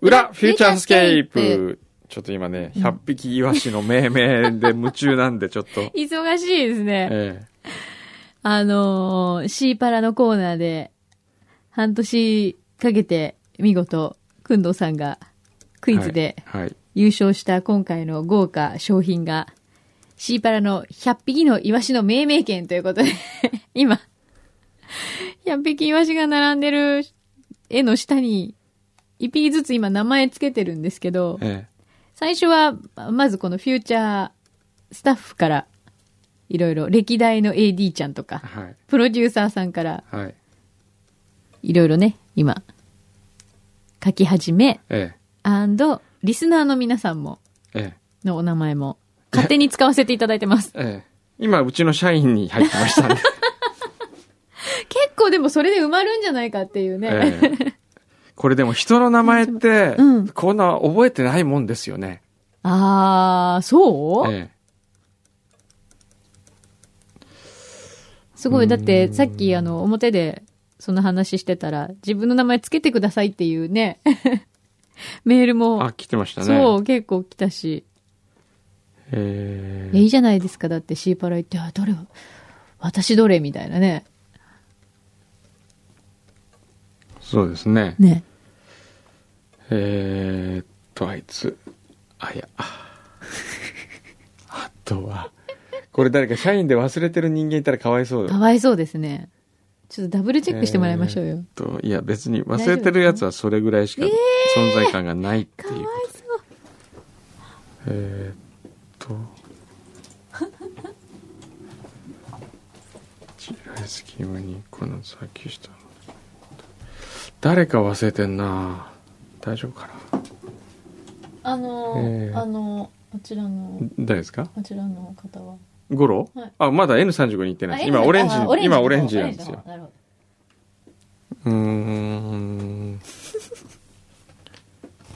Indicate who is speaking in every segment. Speaker 1: 裏、フューチャースケープ。ちょっと今ね、100匹イワシの命名で夢中なんで、ちょっ。と
Speaker 2: 忙し いですね。
Speaker 1: ええ
Speaker 2: あのー、シーパラのコーナーで、半年かけて、見事、くんどうさんが、クイズで
Speaker 1: はい。はい
Speaker 2: 優勝した今回の豪華商品が、シーパラの100匹のイワシの命名権ということで、 今、100匹イワシが並んでる絵の下に、1匹ずつ今名前つけてるんですけど、
Speaker 1: え
Speaker 2: 最初は、ままずこのフューチャースタッフから、いろいろ、歴代の AD ちゃんと
Speaker 1: え
Speaker 2: か、
Speaker 1: はい。
Speaker 2: プロデューサーさんから、
Speaker 1: はい。
Speaker 2: いろいろね、今、書き始め、
Speaker 1: え
Speaker 2: アンド、リスナーの皆さんも、
Speaker 1: ええ。
Speaker 2: のお名前も、勝手に使わせていただいてます
Speaker 1: えええ今、うちの社員に入って ましたんで。
Speaker 2: 結構でもそれで埋まるんじゃないかっていうね。
Speaker 1: ええこれでも人の名前って、
Speaker 2: うん
Speaker 1: こんな覚えてないもんですよね。
Speaker 2: あー、そう、
Speaker 1: え
Speaker 2: すごい。だって、さっき、あの、表で、その話してたら、自分の名前つけてくださいっていうね、 メール
Speaker 1: え
Speaker 2: も、
Speaker 1: あ、来てましたね。
Speaker 2: そう、結構来たし。
Speaker 1: え
Speaker 2: いや、
Speaker 1: え
Speaker 2: いいじゃないですか。だって、シーパラ行って、あ、どれ私どれみたいなね。
Speaker 1: そうですね。
Speaker 2: ね。
Speaker 1: えー、っと、あいつ、あいや。 あとは、これ誰か社員で忘れてる人間いたらかわいそうだ
Speaker 2: か。わいそうですね。ちょっとダブルチェックしてもらいましょうよ。
Speaker 1: えーっといや、別に忘れてるやつはそれぐらいしか存在感がないっていう
Speaker 2: かわい
Speaker 1: こ
Speaker 2: そう。
Speaker 1: と。えーっと。 チラスキマにこのさっきしたの誰か忘れてんな大丈夫かな
Speaker 2: あの
Speaker 1: ーえーあ
Speaker 2: のあちらの、
Speaker 1: 誰ですか
Speaker 2: あちらの方は。
Speaker 1: ゴロ、
Speaker 2: はい
Speaker 1: あ、まだ N35 に行ってないです。今オレンジ、今オレンジなんですよ。
Speaker 2: なるほど。
Speaker 1: うーん。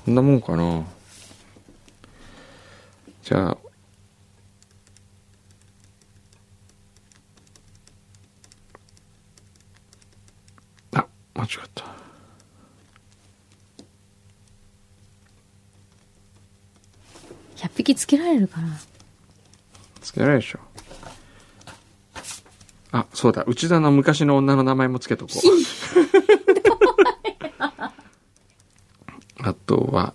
Speaker 1: こんなもんかな。じゃあ。あ、間違った。
Speaker 2: 100匹つけられるかな
Speaker 1: つけられるでしょ。あ、そうだ。内田の昔の女の名前もつけとこう。 あとは、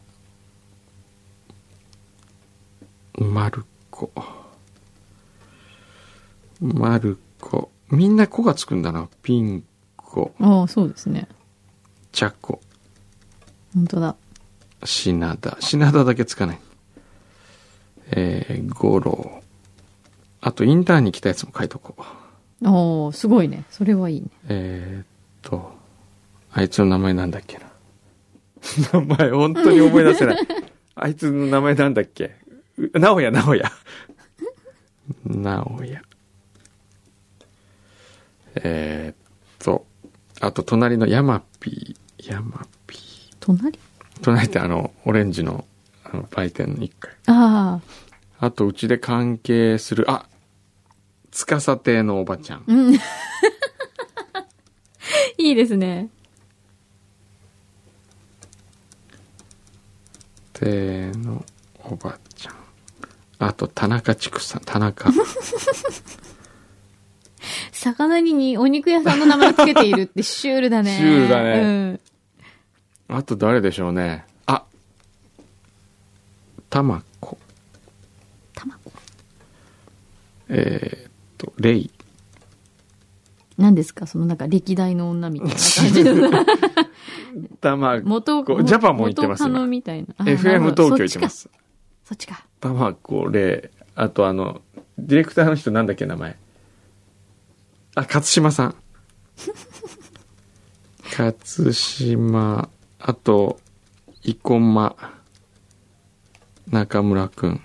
Speaker 1: マルコ。マルコ。みんな子がつくんだな。ピンコ、
Speaker 2: ああ、そうですね。
Speaker 1: チャコ、
Speaker 2: 本当だ。
Speaker 1: シナダ。シナダだけつかない。えー、ゴロあと、インターンに来たやつも書いとこう。
Speaker 2: おー、すごいね。それはいいね。
Speaker 1: えーっと、あいつの名前なんだっけな。 名前、本当に思い出せない。あいつの名前なんだっけうなおや、なおや。なおや。えーっと、あと、隣のヤマピー、ヤマピー。
Speaker 2: 隣
Speaker 1: 隣ってあの、オレンジの、あの、売店の一階。
Speaker 2: ああ、
Speaker 1: あと、うちで関係する、あつかさ亭のおばちゃん。
Speaker 2: うん。 いいですね。
Speaker 1: てのおばちゃんあと田中畜さん田 中
Speaker 2: 魚ににお肉屋さんの名前をつけているってシュールだね。
Speaker 1: シュールだね
Speaker 2: うん。
Speaker 1: あと誰でしょうねあたまこ
Speaker 2: たまこ。
Speaker 1: えーっとレイ
Speaker 2: 何ですかそのなんか歴代の女みたいな感じの
Speaker 1: たま
Speaker 2: 元
Speaker 1: こジャパンも行ってます
Speaker 2: 元
Speaker 1: 今
Speaker 2: カノみたいな。あー
Speaker 1: FM 東京行ってま。す
Speaker 2: なるほどそっちか。そっちか
Speaker 1: たまこレイあとあのディレクターの人なんだっけ名前あ勝島さん 勝島あと生駒中村くん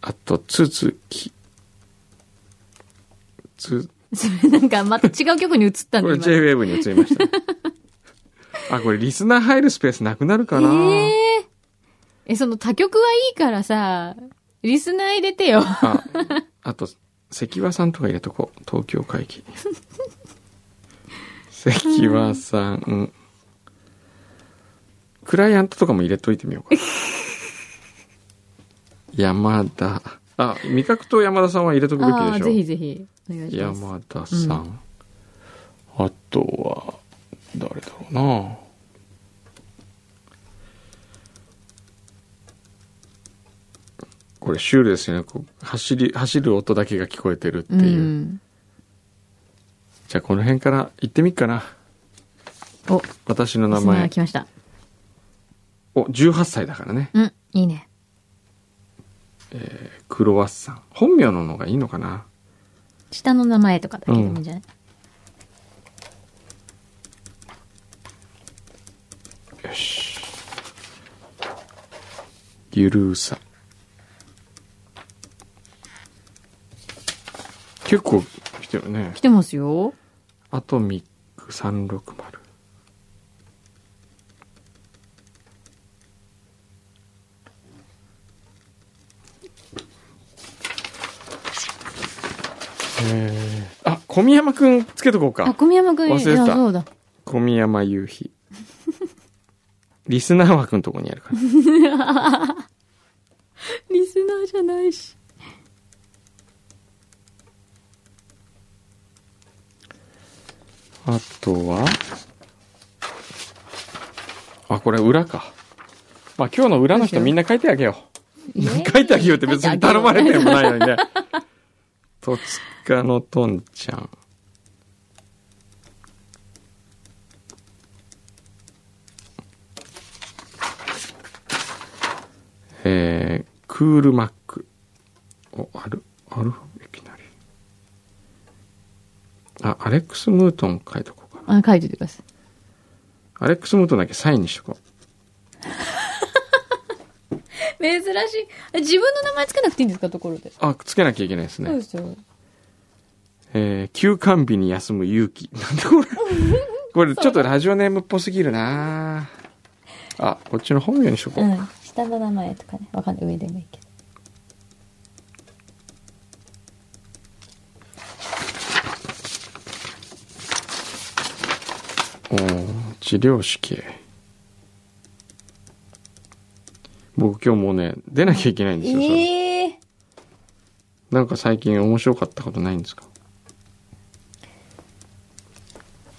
Speaker 1: あと都築つ
Speaker 2: それなんか また違う曲に移ったん
Speaker 1: こ
Speaker 2: だ
Speaker 1: れ
Speaker 2: 今
Speaker 1: JWAVE に移りましたあこれリスナー入るスペースなくなるかな、
Speaker 2: えええ、その他曲はいいからさ、リスナー入れ てよ。
Speaker 1: あ、あと、関和さんとか入れとこう。東 京会議。関和さん。クライアントとかも入れといてみようか な。山田。あ、味覚と山田さんは入れとくべきでし
Speaker 2: あ
Speaker 1: ょ。
Speaker 2: あ、ぜひぜひ、お願いします。
Speaker 1: 山田さん、あとは誰だろうなこれシュールですよねこう走り走る音だけが聞こえてるっていう、
Speaker 2: うん。
Speaker 1: じゃあこの辺から行ってみっかな
Speaker 2: お、
Speaker 1: 私の名
Speaker 2: リスナーが
Speaker 1: 前
Speaker 2: 来ました。
Speaker 1: お18歳だからね
Speaker 2: うん、いいね。
Speaker 1: クロワッサン本名ののがいいのかな
Speaker 2: 下の名前とかだけでもいいんじゃない、
Speaker 1: よしゆるさ結構来てるね
Speaker 2: 来てますよ。
Speaker 1: アトミック360えー、あ小宮山くんつけとこう
Speaker 2: あ、
Speaker 1: か
Speaker 2: 小宮山くん、
Speaker 1: 忘れてた
Speaker 2: いやそうだ。
Speaker 1: 小宮山夕日リスナー枠のとこにあるから
Speaker 2: リスナーじゃないし。
Speaker 1: あとは、あ、これ裏か。まあ今日の裏の人みんな書いてあげよう。書いてあげようって別に頼まれてもないのにね。戸塚のとんちゃん。えー、クールマック。お、ある、アルファ、いきなり。あ、アレックス・ムートン書いとこうかな。
Speaker 2: あ、書いててください。
Speaker 1: アレックス・ムートンだけサインにしとこう。
Speaker 2: 珍しい。え自分の名前つけなくていいんですかところで。
Speaker 1: あ、つけなきゃいけないです
Speaker 2: そう
Speaker 1: ね
Speaker 2: で。すよ。
Speaker 1: えー、休館日に休む勇気。なんでこ れ。これちょっとラジオネームっぽすぎるなあ、こっちの本名にしとこう。
Speaker 2: うん。下の名前とかね。わかんない。上でもいいけど。
Speaker 1: おー治療式へ。僕今日もうね、出なきゃいけないんですよ。それ
Speaker 2: ええ
Speaker 1: なんか最近面白かったことないんですか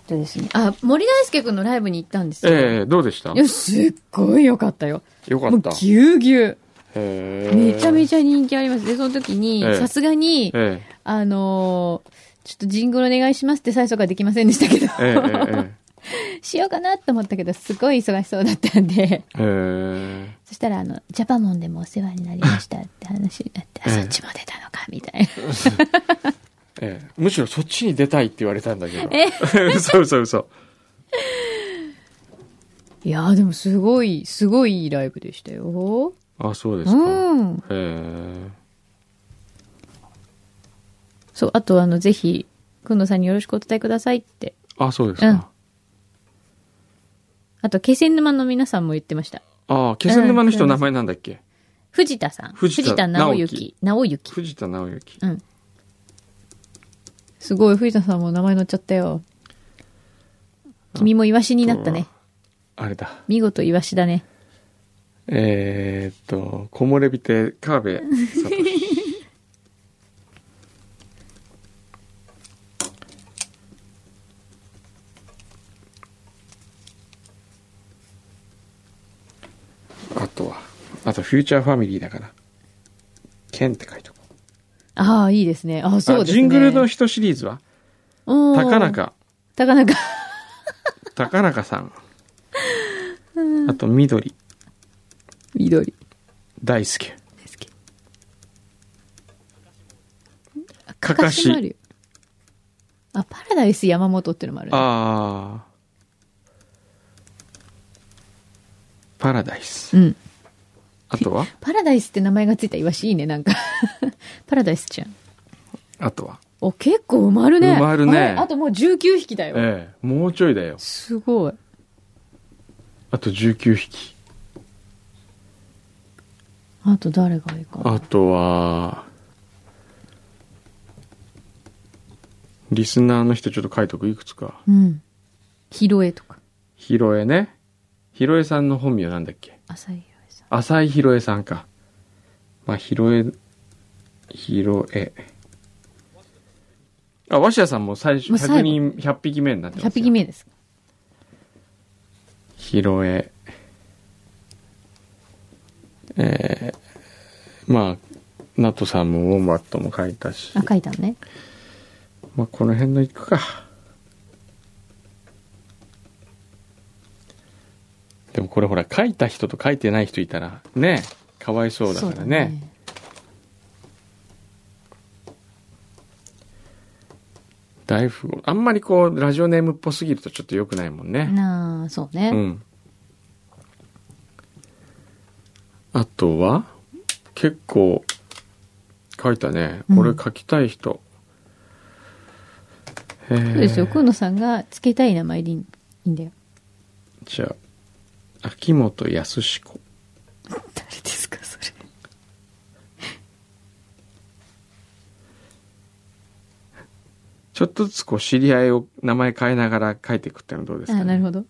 Speaker 2: とですね。あ、森大輔くんのライブに行ったんですよ。
Speaker 1: ええどうでした
Speaker 2: いや、すっごい良かったよ。
Speaker 1: よか
Speaker 2: も
Speaker 1: っ
Speaker 2: う
Speaker 1: た。
Speaker 2: ぎゅうぎゅ
Speaker 1: え
Speaker 2: う。めちゃめ
Speaker 1: ゃ。
Speaker 2: ちゃ人気あります。で、その時に
Speaker 1: ええ、
Speaker 2: さすがに、
Speaker 1: え
Speaker 2: あのーちょっとジングルお願いしますって催促はできませんでしたけど、
Speaker 1: えええええ
Speaker 2: しようかなと思ったけど、すごい忙しそうだったん で、
Speaker 1: ええ
Speaker 2: そしたら、あの、ジャパモンでもお世話になりましたって話になって、あ、
Speaker 1: え
Speaker 2: そ
Speaker 1: え
Speaker 2: っちも出たのか、みたいな。
Speaker 1: ええむしろそっちに出たいって言われたんだけど。
Speaker 2: え
Speaker 1: 嘘嘘嘘。
Speaker 2: いやーでもすごい、すごいいいライブでしたよ。
Speaker 1: あ、そうです
Speaker 2: う
Speaker 1: か。
Speaker 2: ん。
Speaker 1: へえ。
Speaker 2: そう、あと、あの、ぜひ、くんのさんによろしくお伝えくださいって。
Speaker 1: あ、そうですか。
Speaker 2: うんあと、気仙沼の皆さんも言ってました。
Speaker 1: ああ、気仙沼の人の名前なんだっけ、
Speaker 2: 藤田さん。
Speaker 1: 藤田
Speaker 2: 直
Speaker 1: 直
Speaker 2: 之
Speaker 1: 樹。
Speaker 2: 直之。
Speaker 1: 藤田直之。
Speaker 2: うん。すごい、藤田さんも名前乗っちゃったよ。君もイワシになったね。
Speaker 1: あれだ。
Speaker 2: 見事イワシだね。
Speaker 1: えー、っと、木漏れ日亭、川辺聡。 あとは、あと、フューチャーファミリーだから、ケンって書いとこう。
Speaker 2: ああ、いいですね。ああ、そう
Speaker 1: あ
Speaker 2: ですね。
Speaker 1: ジングルの人シリーズは
Speaker 2: うん、
Speaker 1: 高中。
Speaker 2: 高中。
Speaker 1: 高中さん。あと、緑、
Speaker 2: 緑。
Speaker 1: 大輔。
Speaker 2: 好き。
Speaker 1: かかし
Speaker 2: もあるよ。あ、パラダイス山本ってのもある、ね。
Speaker 1: ああ。パラダイス。
Speaker 2: うん。
Speaker 1: あとは
Speaker 2: パラダイスって名前がついたイワシいいね、なんか。 パラダイスちゃん。
Speaker 1: あとは。
Speaker 2: お、結構埋まるね。
Speaker 1: 埋まるね
Speaker 2: あれあともう19匹だよ。
Speaker 1: ええもうちょいだよ。
Speaker 2: すごい。
Speaker 1: あと19匹。
Speaker 2: あと誰がいいかな。
Speaker 1: あとは、リスナーの人ちょっと書いとくいくつか。
Speaker 2: うん。拾えとか。
Speaker 1: ヒロエね。ひろえさんの本名なんだっけ
Speaker 2: 浅井宏恵さん。
Speaker 1: 浅井ひろえさんか。まあ、ひろえ、ひろえ。あ、わしやさんも最初、
Speaker 2: もう最後
Speaker 1: 100人、100匹目になってますよ。
Speaker 2: 100匹目ですか。
Speaker 1: ひろえ。えー、まあ、ナトさんもウォンバットも書いたし。
Speaker 2: あ、書いたのね。
Speaker 1: まあ、この辺の行くか。でもこれほら、書いた人と書いてない人いたら、ねえ、かわいそうだからね。大富豪。あんまりこう、ラジオネームっぽすぎるとちょっと良くないも
Speaker 2: そ
Speaker 1: ん
Speaker 2: うだね。
Speaker 1: ね。
Speaker 2: なあ、そう
Speaker 1: う
Speaker 2: ね。
Speaker 1: ん。あとは、結構、書いたね。これ書きたい人。えー
Speaker 2: そうですよ。河野さんが付けたい名前でいいいいんだよ。
Speaker 1: じゃあ、秋元康子。
Speaker 2: 誰ですか、それ。
Speaker 1: ちょっとずつこう知り合いを名前変えながら書いていくっていうのはどうですか、ね、
Speaker 2: あ、なるほど。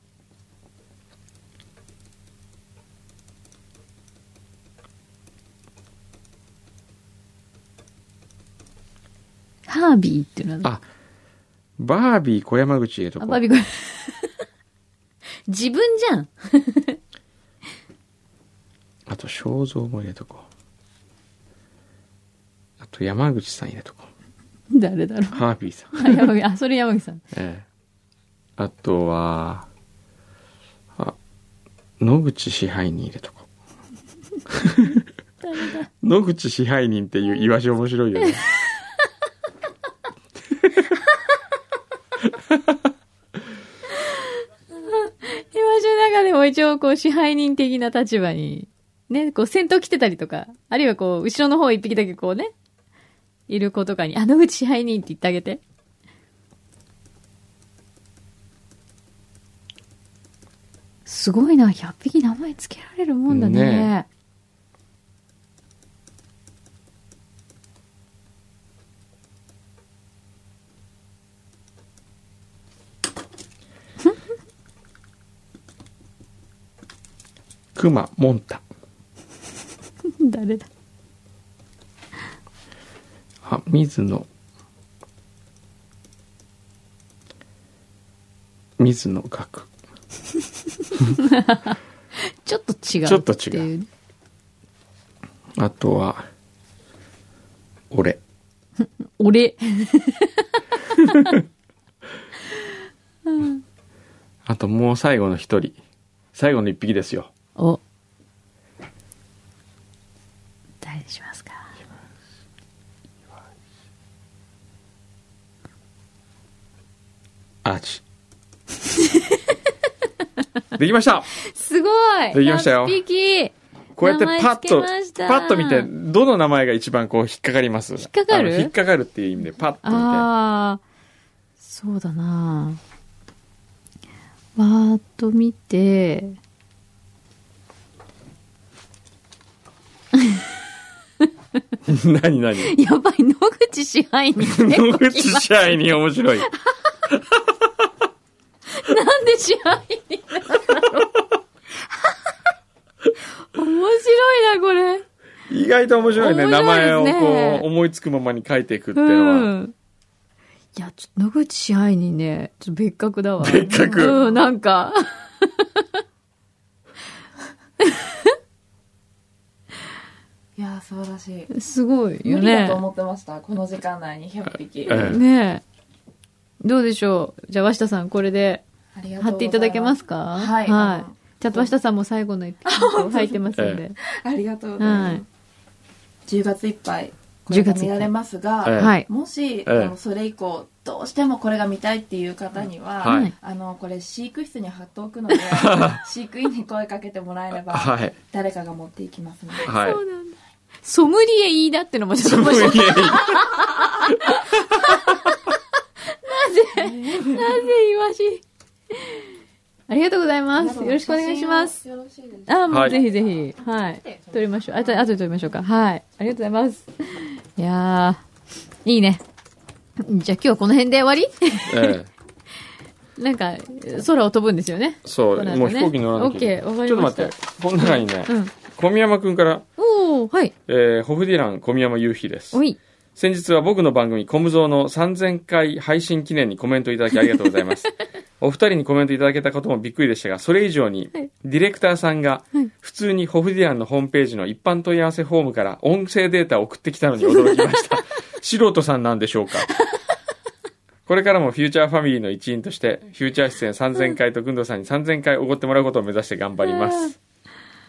Speaker 2: ハービーっていうのはどう
Speaker 1: あバービー小山口へと
Speaker 2: あ、
Speaker 1: こ
Speaker 2: バービーこれ。 自分じゃん。
Speaker 1: あと肖像も入れとこうあと山口さん入れとこ
Speaker 2: 誰 だろ
Speaker 1: うハービーさん
Speaker 2: う。あ、山口、あ、それ山口さん。
Speaker 1: ええあとはあ野口支配人入れとこう野口支配人っていう言わし面白いよね
Speaker 2: 今の中でも一応こう支配人的な立場に、ね、こう先頭来てたりとか、あるいはこう後ろの方一匹だけこうね、いる子とかに、あ、野口支配人って言ってあげて。すごいな、100匹名前つけられるもんだね。
Speaker 1: ね熊もんた
Speaker 2: 誰だ
Speaker 1: あ水野水野学
Speaker 2: ちょっと違う
Speaker 1: ちょっと違う
Speaker 2: ていうね。
Speaker 1: あとは俺
Speaker 2: 俺。
Speaker 1: あともう最後の一人最後の一匹ですよ
Speaker 2: お。誰にしますか
Speaker 1: アーチできました
Speaker 2: すごい
Speaker 1: できました
Speaker 2: 100
Speaker 1: よ
Speaker 2: 匹
Speaker 1: こうやってパッと
Speaker 2: 名前つけました
Speaker 1: パッと見てどの名前が一番こう引っかかります引っ
Speaker 2: かかる
Speaker 1: 引っかかるっていう意味でパッと見て
Speaker 2: ああ、そうだなわーっと見て、
Speaker 1: 何 何
Speaker 2: やばい、野口支配人結
Speaker 1: 野
Speaker 2: 構
Speaker 1: 口
Speaker 2: 来ま
Speaker 1: 支配人面白い。
Speaker 2: なんで支配人なの 面白いな、これ。
Speaker 1: 意外と面白いね。
Speaker 2: 面
Speaker 1: 名
Speaker 2: 白いで
Speaker 1: 前
Speaker 2: す
Speaker 1: を
Speaker 2: ね
Speaker 1: こう思いつくままに書いていくっていう
Speaker 2: う
Speaker 1: のは。
Speaker 2: ん。いや、ちょっと野口支配人ね、ちょっと別格だわ。
Speaker 1: 別格
Speaker 2: うん、なんか。
Speaker 3: いやー素晴らしい。
Speaker 2: すごいよね。
Speaker 3: 無理だと思ってました。この時間内に100匹。
Speaker 1: ええ
Speaker 2: ねえ。どうでしょうじゃあ、鷲田さん、これで
Speaker 3: ありがとうござい
Speaker 2: 貼っていただけます
Speaker 3: か
Speaker 2: か
Speaker 3: はい
Speaker 2: はい。ちゃんと鷲田さんも最後の一匹入って ますんで。
Speaker 3: ありがとうございます。
Speaker 2: はい
Speaker 3: 10月いっぱい、これ
Speaker 2: 10
Speaker 3: が
Speaker 2: 月いっぱい
Speaker 3: 見られます
Speaker 1: ええ
Speaker 3: が、
Speaker 2: はい。
Speaker 3: もし、
Speaker 1: え
Speaker 3: あのそれ以降、どうしてもこれが見たいっていう方には、
Speaker 1: はい
Speaker 2: はい
Speaker 3: あの、これ飼育室に貼っておくので、飼育員に声かけてもらえれば、
Speaker 1: はい。
Speaker 3: 誰かが持っていきますので。
Speaker 1: はい
Speaker 2: そう。なんだ。ソムリエいいだってのもちょっと面白 い。なぜいわし。ありがとうございます。よろしくお願いします。
Speaker 3: よろしいですか
Speaker 2: あ、も
Speaker 1: は
Speaker 2: う
Speaker 1: い
Speaker 2: ぜひぜひ。はい。撮りましょう。あと、あとで撮りましょうか。はい。ありがとうございます。いやー、いいね。じゃあ今日はこの辺で終わり
Speaker 1: え え
Speaker 2: なんか、空を飛ぶんですよね。
Speaker 1: そう、
Speaker 2: この後ね
Speaker 1: もう飛行機乗らなきゃいけない
Speaker 2: オッケーわか
Speaker 1: ち
Speaker 2: り
Speaker 1: ょっと
Speaker 2: まし
Speaker 1: 待
Speaker 2: た
Speaker 1: って、この中にね、
Speaker 2: うん。
Speaker 1: 小宮山くんから、
Speaker 2: おー、はい。
Speaker 1: えーホフディラン小宮山雄飛です
Speaker 2: お。い。
Speaker 1: 先日は僕の番組、コムゾーの3000回配信記念にコメントいただきありがとうござい ます。お二人にコメントいただけたこともびっくりでしたが、それ以上に
Speaker 2: はい、
Speaker 1: ディレクターさんが
Speaker 2: はい、
Speaker 1: 普通にホフディランのホームページの一般問い合わせフォームから音声データを送ってきたのに驚き ました。素人さんなんでしょうかこれからもフューチャーファミリーの一員として、フューチャー出演3000回と、くんどさんに3000回おごってもらうことを目指して頑張ります。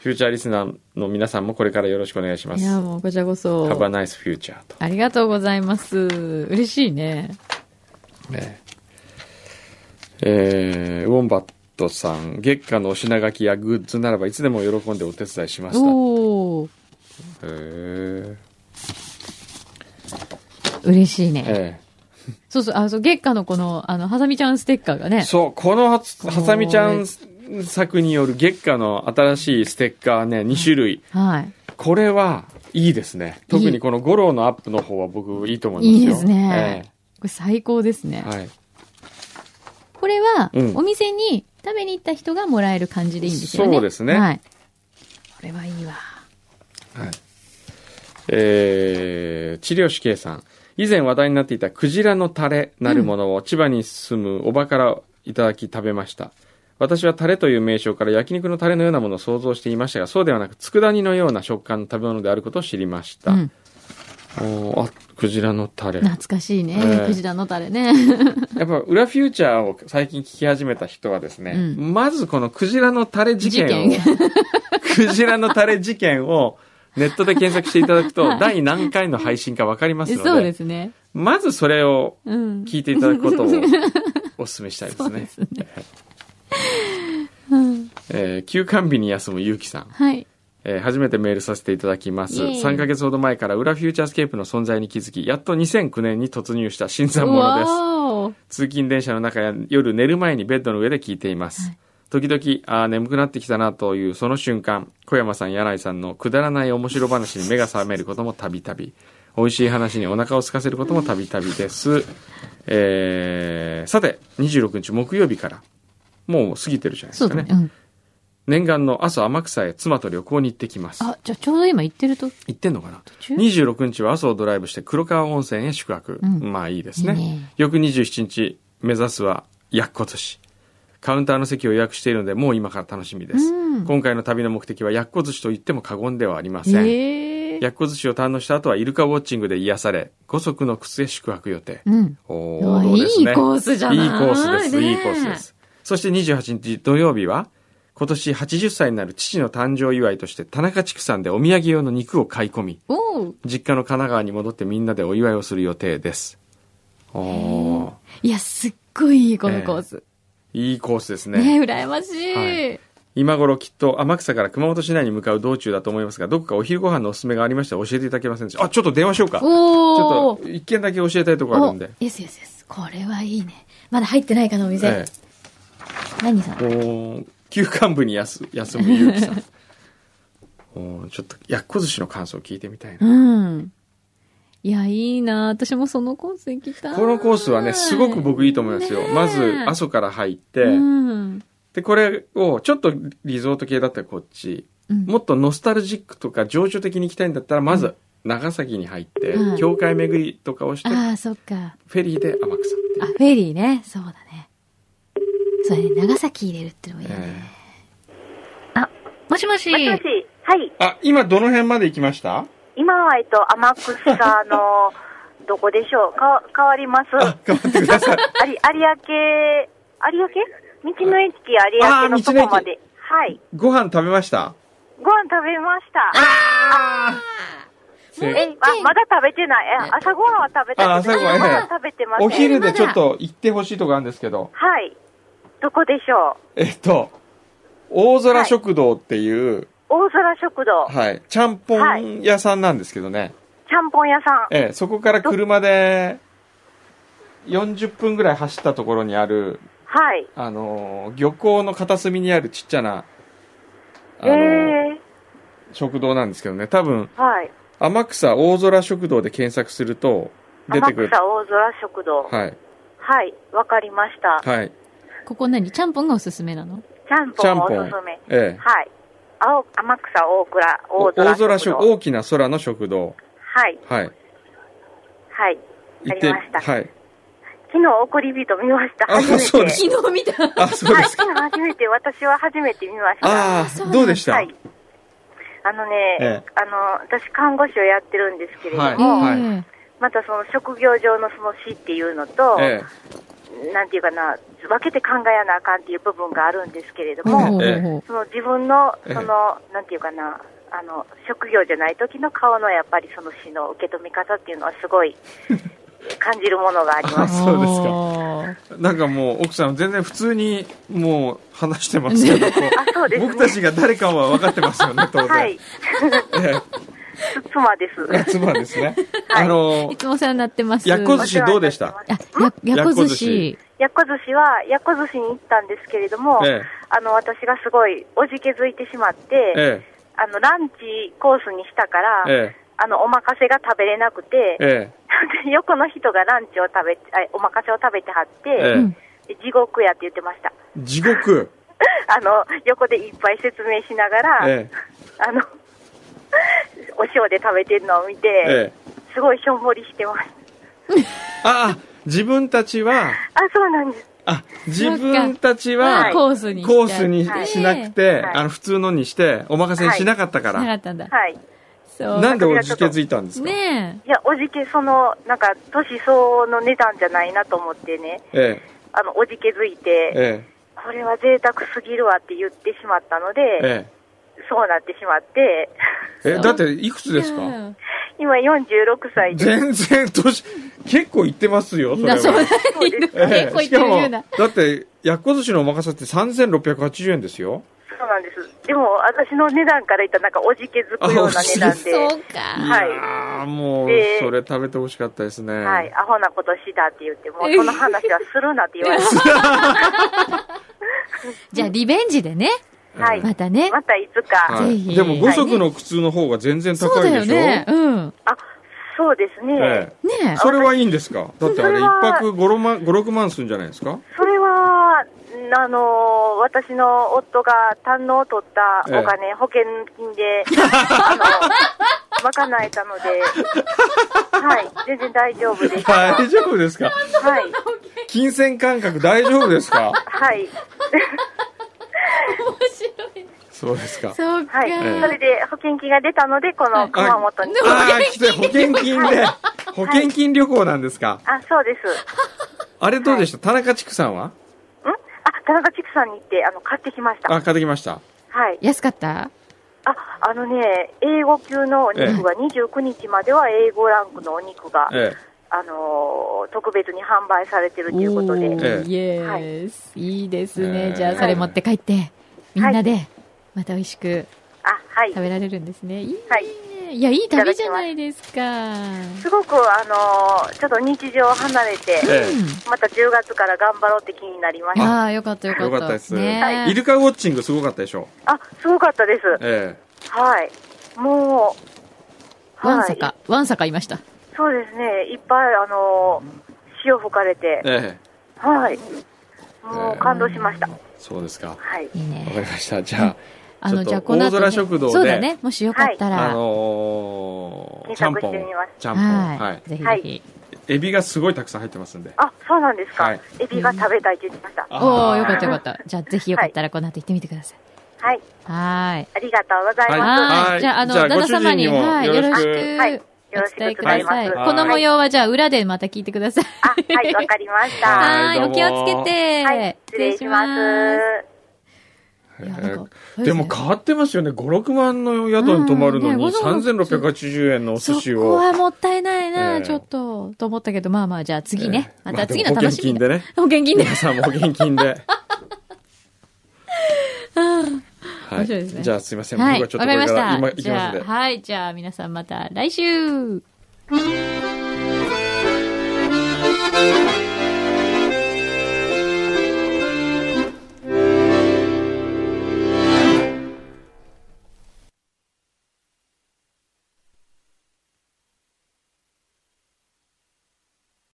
Speaker 1: フューチャーリスナーの皆さんもこれからよろしくお願いしま
Speaker 2: い
Speaker 1: す。
Speaker 2: や、もうこちらこそ。
Speaker 1: Have a nice future と。
Speaker 2: ありがとうございます。嬉しいね。
Speaker 1: ねえーウォンバットさん、月下のお品書きやグッズならばいつでも喜んでお手伝いしました。へ
Speaker 2: おー、
Speaker 1: え
Speaker 2: 嬉しいね。
Speaker 1: え
Speaker 2: そうそう、あ、そう、月下のこの、あの、はさみちゃんステッカーがね
Speaker 1: え。そう、このはつはさみちゃん作による月下の新しいステッカーね、2種類。
Speaker 2: はい。
Speaker 1: これはいいですね。特にこの五郎のアップの方は僕いいと思いますよ。
Speaker 2: いいですねこれ最高ですね
Speaker 1: ええ。はい。
Speaker 2: これは、
Speaker 1: うん
Speaker 2: お店に食べに行った人がもらえる感じでいいんですよね。
Speaker 1: そうですね
Speaker 2: はい。これはいいわ。
Speaker 1: はい。えー、治療師 K さん。以前話題になっていたクジラのタレなるものを千葉に住むおばからいただき食べました。私はタレという名称から焼肉のタレのようなものを想像していましたが、そうではなく、佃煮のような食感の食べ物であることを知りました。
Speaker 2: うん。
Speaker 1: おーあ、クジラのタレ。
Speaker 2: 懐かしいね。
Speaker 1: ええ
Speaker 2: クジラのタレね。
Speaker 1: やっぱ、裏フューチャーを最近聞き始めた人はですね、
Speaker 2: う
Speaker 1: まずこのクジラのタ レ事件を、
Speaker 2: 事
Speaker 1: クジラのタレ事件をネットで検索していただくと、第何回の配信かわかりますので、
Speaker 2: そうですね。
Speaker 1: まずそれを
Speaker 2: うん。
Speaker 1: 聞いていただ くことをお勧めしたいですね。
Speaker 2: そう
Speaker 1: えー休館日に休むゆうきさん。
Speaker 2: はい。
Speaker 1: えー初めてメールさせていただきます。
Speaker 2: イエーイ
Speaker 1: 3ヶ月ほど前から裏フューチャースケープの存在に気づき、やっと2009年に突入した新参者です。
Speaker 2: わー
Speaker 1: 通勤電車の中や夜寝る前にベッドの上で聞いていま
Speaker 2: は
Speaker 1: す、
Speaker 2: い
Speaker 1: 時々あー眠くなってきたなというその瞬間小山さん柳井さんのくだらない面白話に目が覚めることもたびたび美味しい話にお腹を空かせることもたびたびです、えー、さて26日木曜日からもう過ぎてるじゃないで
Speaker 2: そ
Speaker 1: す
Speaker 2: う
Speaker 1: か
Speaker 2: だ
Speaker 1: ね
Speaker 2: ね。うん。
Speaker 1: 念願の阿蘇天草へ妻と旅行に行ってきます
Speaker 2: あ、じゃあちょうど今行ってると
Speaker 1: 行ってんのかな
Speaker 2: 途中
Speaker 1: 26日は阿蘇をドライブして黒川温泉へ宿泊、
Speaker 2: うん
Speaker 1: まあいいですね
Speaker 2: いいね
Speaker 1: 翌27日目指すはやっことしカウンターの席を予約しているのでもう今から楽しみです、
Speaker 2: うん
Speaker 1: 今回の旅の目的はやっこ寿司と言っても過言ではありません、
Speaker 2: ええ
Speaker 1: やっこ寿司を堪能した後はイルカウォッチングで癒され五足の靴へ宿泊予定、
Speaker 2: うん。
Speaker 1: お
Speaker 2: うわ
Speaker 1: ー王道ですね
Speaker 2: いいコースじゃない
Speaker 1: いいコースです、
Speaker 2: ねえ
Speaker 1: いいコースですそして28日土曜日は今年80歳になる父の誕生祝いとして田中畜産でお土産用の肉を買い込み
Speaker 2: おう。
Speaker 1: 実家の神奈川に戻ってみんなでお祝いをする予定です。おー
Speaker 2: いや、すっごいいい、このコース。
Speaker 1: いいコースですね。
Speaker 2: ね羨まし。
Speaker 1: はい今頃きっと天草から熊本市内に向かう道中だと思いますが、どこかお昼ご飯のおすすめがありましたら教えていただけませんでしょうかあ、ちょっと電話しようか。ちょ
Speaker 2: お
Speaker 1: っ
Speaker 2: ー
Speaker 1: と一件だけ教えたいところあるんで。
Speaker 2: イエスイエスイエス。これはいいね。まだ入ってないかな、お店。
Speaker 1: え
Speaker 2: 何さん
Speaker 1: え、おー休館部に休休むゆうきさん。 おーちょっと、やっこ寿司の感想を聞いてみたいな。
Speaker 2: うん。いや、いいな私もそのコース行きたい。
Speaker 1: このコースはね、すごく僕いいと思いますよ。まず、阿
Speaker 2: そ
Speaker 1: 蘇から入って、
Speaker 2: うん。
Speaker 1: で、これを、ちょっとリゾート系だったらこっち、
Speaker 2: うん
Speaker 1: もっとノスタルジックとか情緒的に行きたいんだったら、まず長崎に入って、
Speaker 2: うん
Speaker 1: 教会巡りとかをして、
Speaker 2: ああ、そっか。
Speaker 1: フェリーで天草って
Speaker 2: あ、フェリーね。そうだね。そうだね。長崎入れるってのもいいね。
Speaker 1: え
Speaker 2: もしもし。
Speaker 4: もしもし、はい。
Speaker 1: えあ、今どの辺まで行きました
Speaker 4: 今は、えっと、天草の、 どこでしょう。か、変わります。
Speaker 1: あ、頑張ってくだ さい。
Speaker 4: あり、有明、有明道の駅、有明のとこまで。はい。
Speaker 1: ご飯食べました
Speaker 4: ご飯食べました。
Speaker 1: あ
Speaker 2: もう
Speaker 4: え、
Speaker 2: 一軒
Speaker 4: あ、まだ食べてない。え朝ごはんは食べ
Speaker 1: あ
Speaker 4: たけ
Speaker 1: 朝
Speaker 4: ど
Speaker 1: ごはん
Speaker 4: ご飯は食べてません。
Speaker 1: お昼でちょっと行ってほしいとこあるんですけど、
Speaker 4: はい。どこでしょう。
Speaker 1: えっと、大空食堂っていう、
Speaker 4: 大空食堂、
Speaker 1: はい、ちゃんぽん屋さんなんですけどね。
Speaker 4: ちゃんぽん屋さん。
Speaker 1: ええ、そこから車で40分ぐらい走ったところにある、
Speaker 4: はい。
Speaker 1: あのー漁港の片隅にあるちっちゃな、あ
Speaker 4: え
Speaker 1: のー
Speaker 4: え
Speaker 1: 食堂なんですけどね、多分、
Speaker 4: ー、はい。
Speaker 1: 天草大空食堂で検索すると出て
Speaker 4: 天
Speaker 1: くる。
Speaker 4: 草大空食堂。
Speaker 1: はい。
Speaker 4: はい。わかりました。
Speaker 1: はい。
Speaker 2: ここ何ちゃんぽんがおすすめなの
Speaker 4: ちゃんぽ
Speaker 1: ちゃ
Speaker 4: ん
Speaker 1: ん
Speaker 4: が
Speaker 1: ぽ
Speaker 4: おす
Speaker 1: ん
Speaker 4: すめ。。
Speaker 1: ええ。
Speaker 4: はい。青、天草大倉、
Speaker 1: お
Speaker 4: 大空
Speaker 1: 大空食、
Speaker 4: 堂
Speaker 1: 大きな空の食堂。
Speaker 4: はい。
Speaker 1: はい。
Speaker 4: はい。
Speaker 1: 行って、
Speaker 4: ありました
Speaker 1: はい。
Speaker 4: 昨日、送り人見ました。
Speaker 1: あ
Speaker 4: 初めて。
Speaker 1: そうです
Speaker 2: 昨日見た。
Speaker 1: あ、そうですか。
Speaker 4: はい、昨日初めて、私は初めて見ました。
Speaker 1: あ
Speaker 2: あそうな
Speaker 1: あ、
Speaker 2: んだ
Speaker 1: どうでした、
Speaker 4: はい。あのね、
Speaker 1: ええ
Speaker 4: あの、私、看護師をやってるんですけれども、
Speaker 1: はいはい
Speaker 2: え
Speaker 4: またその職業上のその死っていうのと、
Speaker 1: え
Speaker 4: なんていうかな、分けて考えやなあかんっていう部分があるんですけれど
Speaker 2: え
Speaker 4: も、
Speaker 2: ほうほう
Speaker 1: ええ
Speaker 2: ほう
Speaker 4: その自分の、
Speaker 1: ええ
Speaker 4: その、なんていうかな、あの、職業じゃない時の顔のやっぱりその死の受け止め方っていうのはす ごい感じるものがありま
Speaker 1: あ
Speaker 4: す。
Speaker 1: そうですか
Speaker 2: あ
Speaker 1: えなんかもう、奥さん全然普通に、もう話してますけど、こ
Speaker 4: あ、そう
Speaker 1: う
Speaker 4: ですね。
Speaker 1: 僕たちが誰かは分かってますよ ね、当然。
Speaker 4: はい。
Speaker 1: え
Speaker 4: つ妻です。
Speaker 1: え、妻です ね。あ
Speaker 2: ー
Speaker 1: の
Speaker 2: い、つもお世話になってます。
Speaker 1: やっこ寿司どうでし
Speaker 4: お世
Speaker 1: た
Speaker 4: 話になって
Speaker 2: あ、や、やこ寿司。
Speaker 4: やっこ寿司は、やっこ寿司に行ったんですけれども、
Speaker 1: え
Speaker 4: あの、私がすごいおじけづいてしまって、
Speaker 1: え、え
Speaker 4: あの、ランチコースにしたから
Speaker 1: え、、え
Speaker 4: あの、お任せが食べれなくて
Speaker 1: え、、 え
Speaker 4: 横の人がランチを食べ、あお任せを食べてはっ
Speaker 1: え
Speaker 4: て、
Speaker 2: うん
Speaker 4: 地獄やって言ってました。
Speaker 1: え、地獄。
Speaker 4: あの、横でいっぱい説明しながら、
Speaker 1: え
Speaker 4: あの、 お塩で食べてるのを見
Speaker 1: え、
Speaker 4: て、
Speaker 1: ええ。
Speaker 4: すごいしょんぼりしてます。
Speaker 1: ああ、自分たちは、
Speaker 4: あ、そうなんです。
Speaker 1: あ、自分たちは
Speaker 4: はい、
Speaker 2: コースにしちゃう。
Speaker 1: コースに
Speaker 4: はい
Speaker 1: しなくて、
Speaker 4: はい
Speaker 1: あの、普通のにして、お任せにしなかったか。
Speaker 2: なからったんだ。
Speaker 4: はい。
Speaker 2: そう。
Speaker 1: なんでおじけづいたんですか
Speaker 2: ね
Speaker 4: いや、おじけ、その、なんか、年相応の値段じゃないなと思ってね、
Speaker 1: え
Speaker 4: あの、おじけづい
Speaker 1: え、
Speaker 4: て、
Speaker 1: え
Speaker 4: これは贅沢すぎるわって言ってしまったの
Speaker 1: え、
Speaker 4: で、
Speaker 1: え
Speaker 4: そうなってしまって、
Speaker 2: そ
Speaker 1: え。え、
Speaker 2: う
Speaker 1: だって、いく
Speaker 2: え。
Speaker 1: つです
Speaker 2: い
Speaker 1: か
Speaker 2: や
Speaker 4: 今46歳です。
Speaker 1: 全然年、結構いってますよ、それ
Speaker 2: だそう
Speaker 1: は。
Speaker 4: そうです
Speaker 1: ええ
Speaker 2: 結構いってるような
Speaker 1: しかもだって、やっこ寿司のお任せって3680円ですよ。
Speaker 4: そうなんです。でも、私の値段から言ったら、なんか、おじけづくような値段で、
Speaker 2: そう
Speaker 1: い
Speaker 2: か。
Speaker 4: はい
Speaker 1: やー、もう
Speaker 4: で、
Speaker 1: それ食べてほしかったですね。
Speaker 4: はい、アホなことしたって言って、もう、その話はするなって言われて、
Speaker 2: じゃあ、リベンジでね。
Speaker 1: うん
Speaker 4: はい
Speaker 2: またね。
Speaker 4: またいつか、
Speaker 1: はい
Speaker 2: ぜひ
Speaker 1: でも5足の靴の方が全然
Speaker 2: そう
Speaker 1: 高い
Speaker 2: だ
Speaker 1: で
Speaker 2: よ
Speaker 1: しょ
Speaker 2: ね。うん。
Speaker 4: あ、そうですね。
Speaker 1: ええ
Speaker 2: ねえ。
Speaker 1: それはいいんですかだってあれ
Speaker 4: それ
Speaker 1: 一
Speaker 4: は
Speaker 1: 泊5、万、5、6万するんじゃないですか
Speaker 4: それは、んあのー私の夫が堪能を取ったお金、保険金で、あ の、賄えたので、はい、全然大丈夫です。は
Speaker 1: 大丈夫ですか
Speaker 4: い、
Speaker 1: 金銭感覚大丈夫です か
Speaker 4: はい、
Speaker 2: 面白い。
Speaker 1: そうですか。
Speaker 2: そうか。
Speaker 4: はい。
Speaker 1: え
Speaker 4: それで保険金が出たので、この熊本に。
Speaker 1: ああ、来て、保険金で、保険金旅行なんですか。
Speaker 4: あ、そうです。
Speaker 1: あれどうでした田中畜さんは
Speaker 4: んあ、田中畜産に行って、あの、買ってきました。
Speaker 1: あ、買ってきました。
Speaker 4: はい。
Speaker 2: 安かった
Speaker 4: あ、あのね、英語級のお肉が29日までは英語ランクのお肉が、
Speaker 1: え
Speaker 4: あのー特別に販売されてるということで、
Speaker 2: おー
Speaker 1: え
Speaker 2: イエ
Speaker 4: はい
Speaker 2: ース。いいですね。
Speaker 1: えー
Speaker 2: じゃあ、それ持って帰って、みんなで、また美味しく
Speaker 4: あ、はい
Speaker 2: 食。べられるんですね。いいね。
Speaker 4: はい
Speaker 2: いや、いい旅じゃないですか。
Speaker 4: すごく、あのーちょっと日常離れて
Speaker 1: え、え
Speaker 4: また10月から頑張ろうって気になりま
Speaker 2: うん、
Speaker 4: した。
Speaker 2: ああ、よかったよ
Speaker 1: え。
Speaker 2: かった。
Speaker 1: よかったです。
Speaker 2: ね
Speaker 1: イルカウォッチングすごかったでしょ
Speaker 4: あ、すごかったで
Speaker 1: え
Speaker 4: す。はい。もう、
Speaker 2: わんさ
Speaker 4: い。
Speaker 2: か、わんさかいました。
Speaker 4: そうですね、いっぱい、あのー潮吹かれて
Speaker 1: え。、ええ。
Speaker 4: はい。
Speaker 1: え
Speaker 4: も
Speaker 1: え
Speaker 4: う感動しました。
Speaker 1: そうですか。わ
Speaker 4: はい。
Speaker 2: いい
Speaker 1: かり
Speaker 2: ね。
Speaker 1: ました。じゃ
Speaker 2: あの、
Speaker 1: ちょっと
Speaker 2: じゃあ、この後、ね。
Speaker 1: 大空食堂で
Speaker 2: そうだね。もしよかった
Speaker 1: あ、
Speaker 2: ら。
Speaker 1: あのー、ちゃんぽん
Speaker 4: 検索してみます。
Speaker 1: ちゃんぽん。は
Speaker 2: はいい。。ぜひ
Speaker 4: は
Speaker 2: ぜひ
Speaker 4: い。
Speaker 1: エビがすごいたくさん入ってますんで。
Speaker 4: あ、そうなんですか。
Speaker 1: はい
Speaker 4: エビが食べたいって言ってました。
Speaker 1: あ
Speaker 2: おおよかったよかった。じゃあ、ぜひよかったら、この後行ってみてください。
Speaker 4: はい。
Speaker 2: はーい。
Speaker 4: ありがとうございます。
Speaker 1: はい
Speaker 2: はい。じゃあ、あの、
Speaker 1: じゃあ
Speaker 2: 旦那様に、
Speaker 1: ご主人にも
Speaker 2: はい、
Speaker 1: よ
Speaker 2: よ
Speaker 1: ろ
Speaker 2: ろ
Speaker 1: し
Speaker 2: し
Speaker 1: く
Speaker 2: く
Speaker 4: はいよろし
Speaker 2: お
Speaker 4: く
Speaker 2: 伝えください。
Speaker 1: お伝えください
Speaker 2: この模様は、じゃあ、裏でまた聞いてください。
Speaker 4: あ、はい、わかりました。
Speaker 1: はい
Speaker 2: はい、
Speaker 1: どう
Speaker 2: お
Speaker 1: も
Speaker 2: 気をつけ
Speaker 4: はい
Speaker 2: て。、
Speaker 4: 失礼します。
Speaker 2: いやなんか
Speaker 1: えーでも変わってますよね。5、6万の宿に泊まるの
Speaker 2: うん
Speaker 1: に
Speaker 2: ね
Speaker 1: 3680円のお
Speaker 2: そ
Speaker 1: 寿司
Speaker 2: こ
Speaker 1: を。
Speaker 2: はもったいないな、
Speaker 1: ええ
Speaker 2: ちょっと、と思ったけど、まあまあ、じゃあ次ね。
Speaker 1: えー
Speaker 2: また次の楽しみ。
Speaker 1: まあでも保険金
Speaker 2: 保険 金で。
Speaker 1: でね。皆さんも保険 金で。は
Speaker 2: 面白いですね
Speaker 1: じゃあすいません。
Speaker 2: はい、
Speaker 1: 僕
Speaker 2: わ
Speaker 1: はちょ
Speaker 2: か
Speaker 1: っとこ
Speaker 2: り
Speaker 1: れ
Speaker 2: まし
Speaker 1: から
Speaker 2: た
Speaker 1: 今行。き
Speaker 2: じ
Speaker 1: ますん
Speaker 2: ゃ
Speaker 1: で
Speaker 2: あ、。はい、じゃあ皆さんまた来週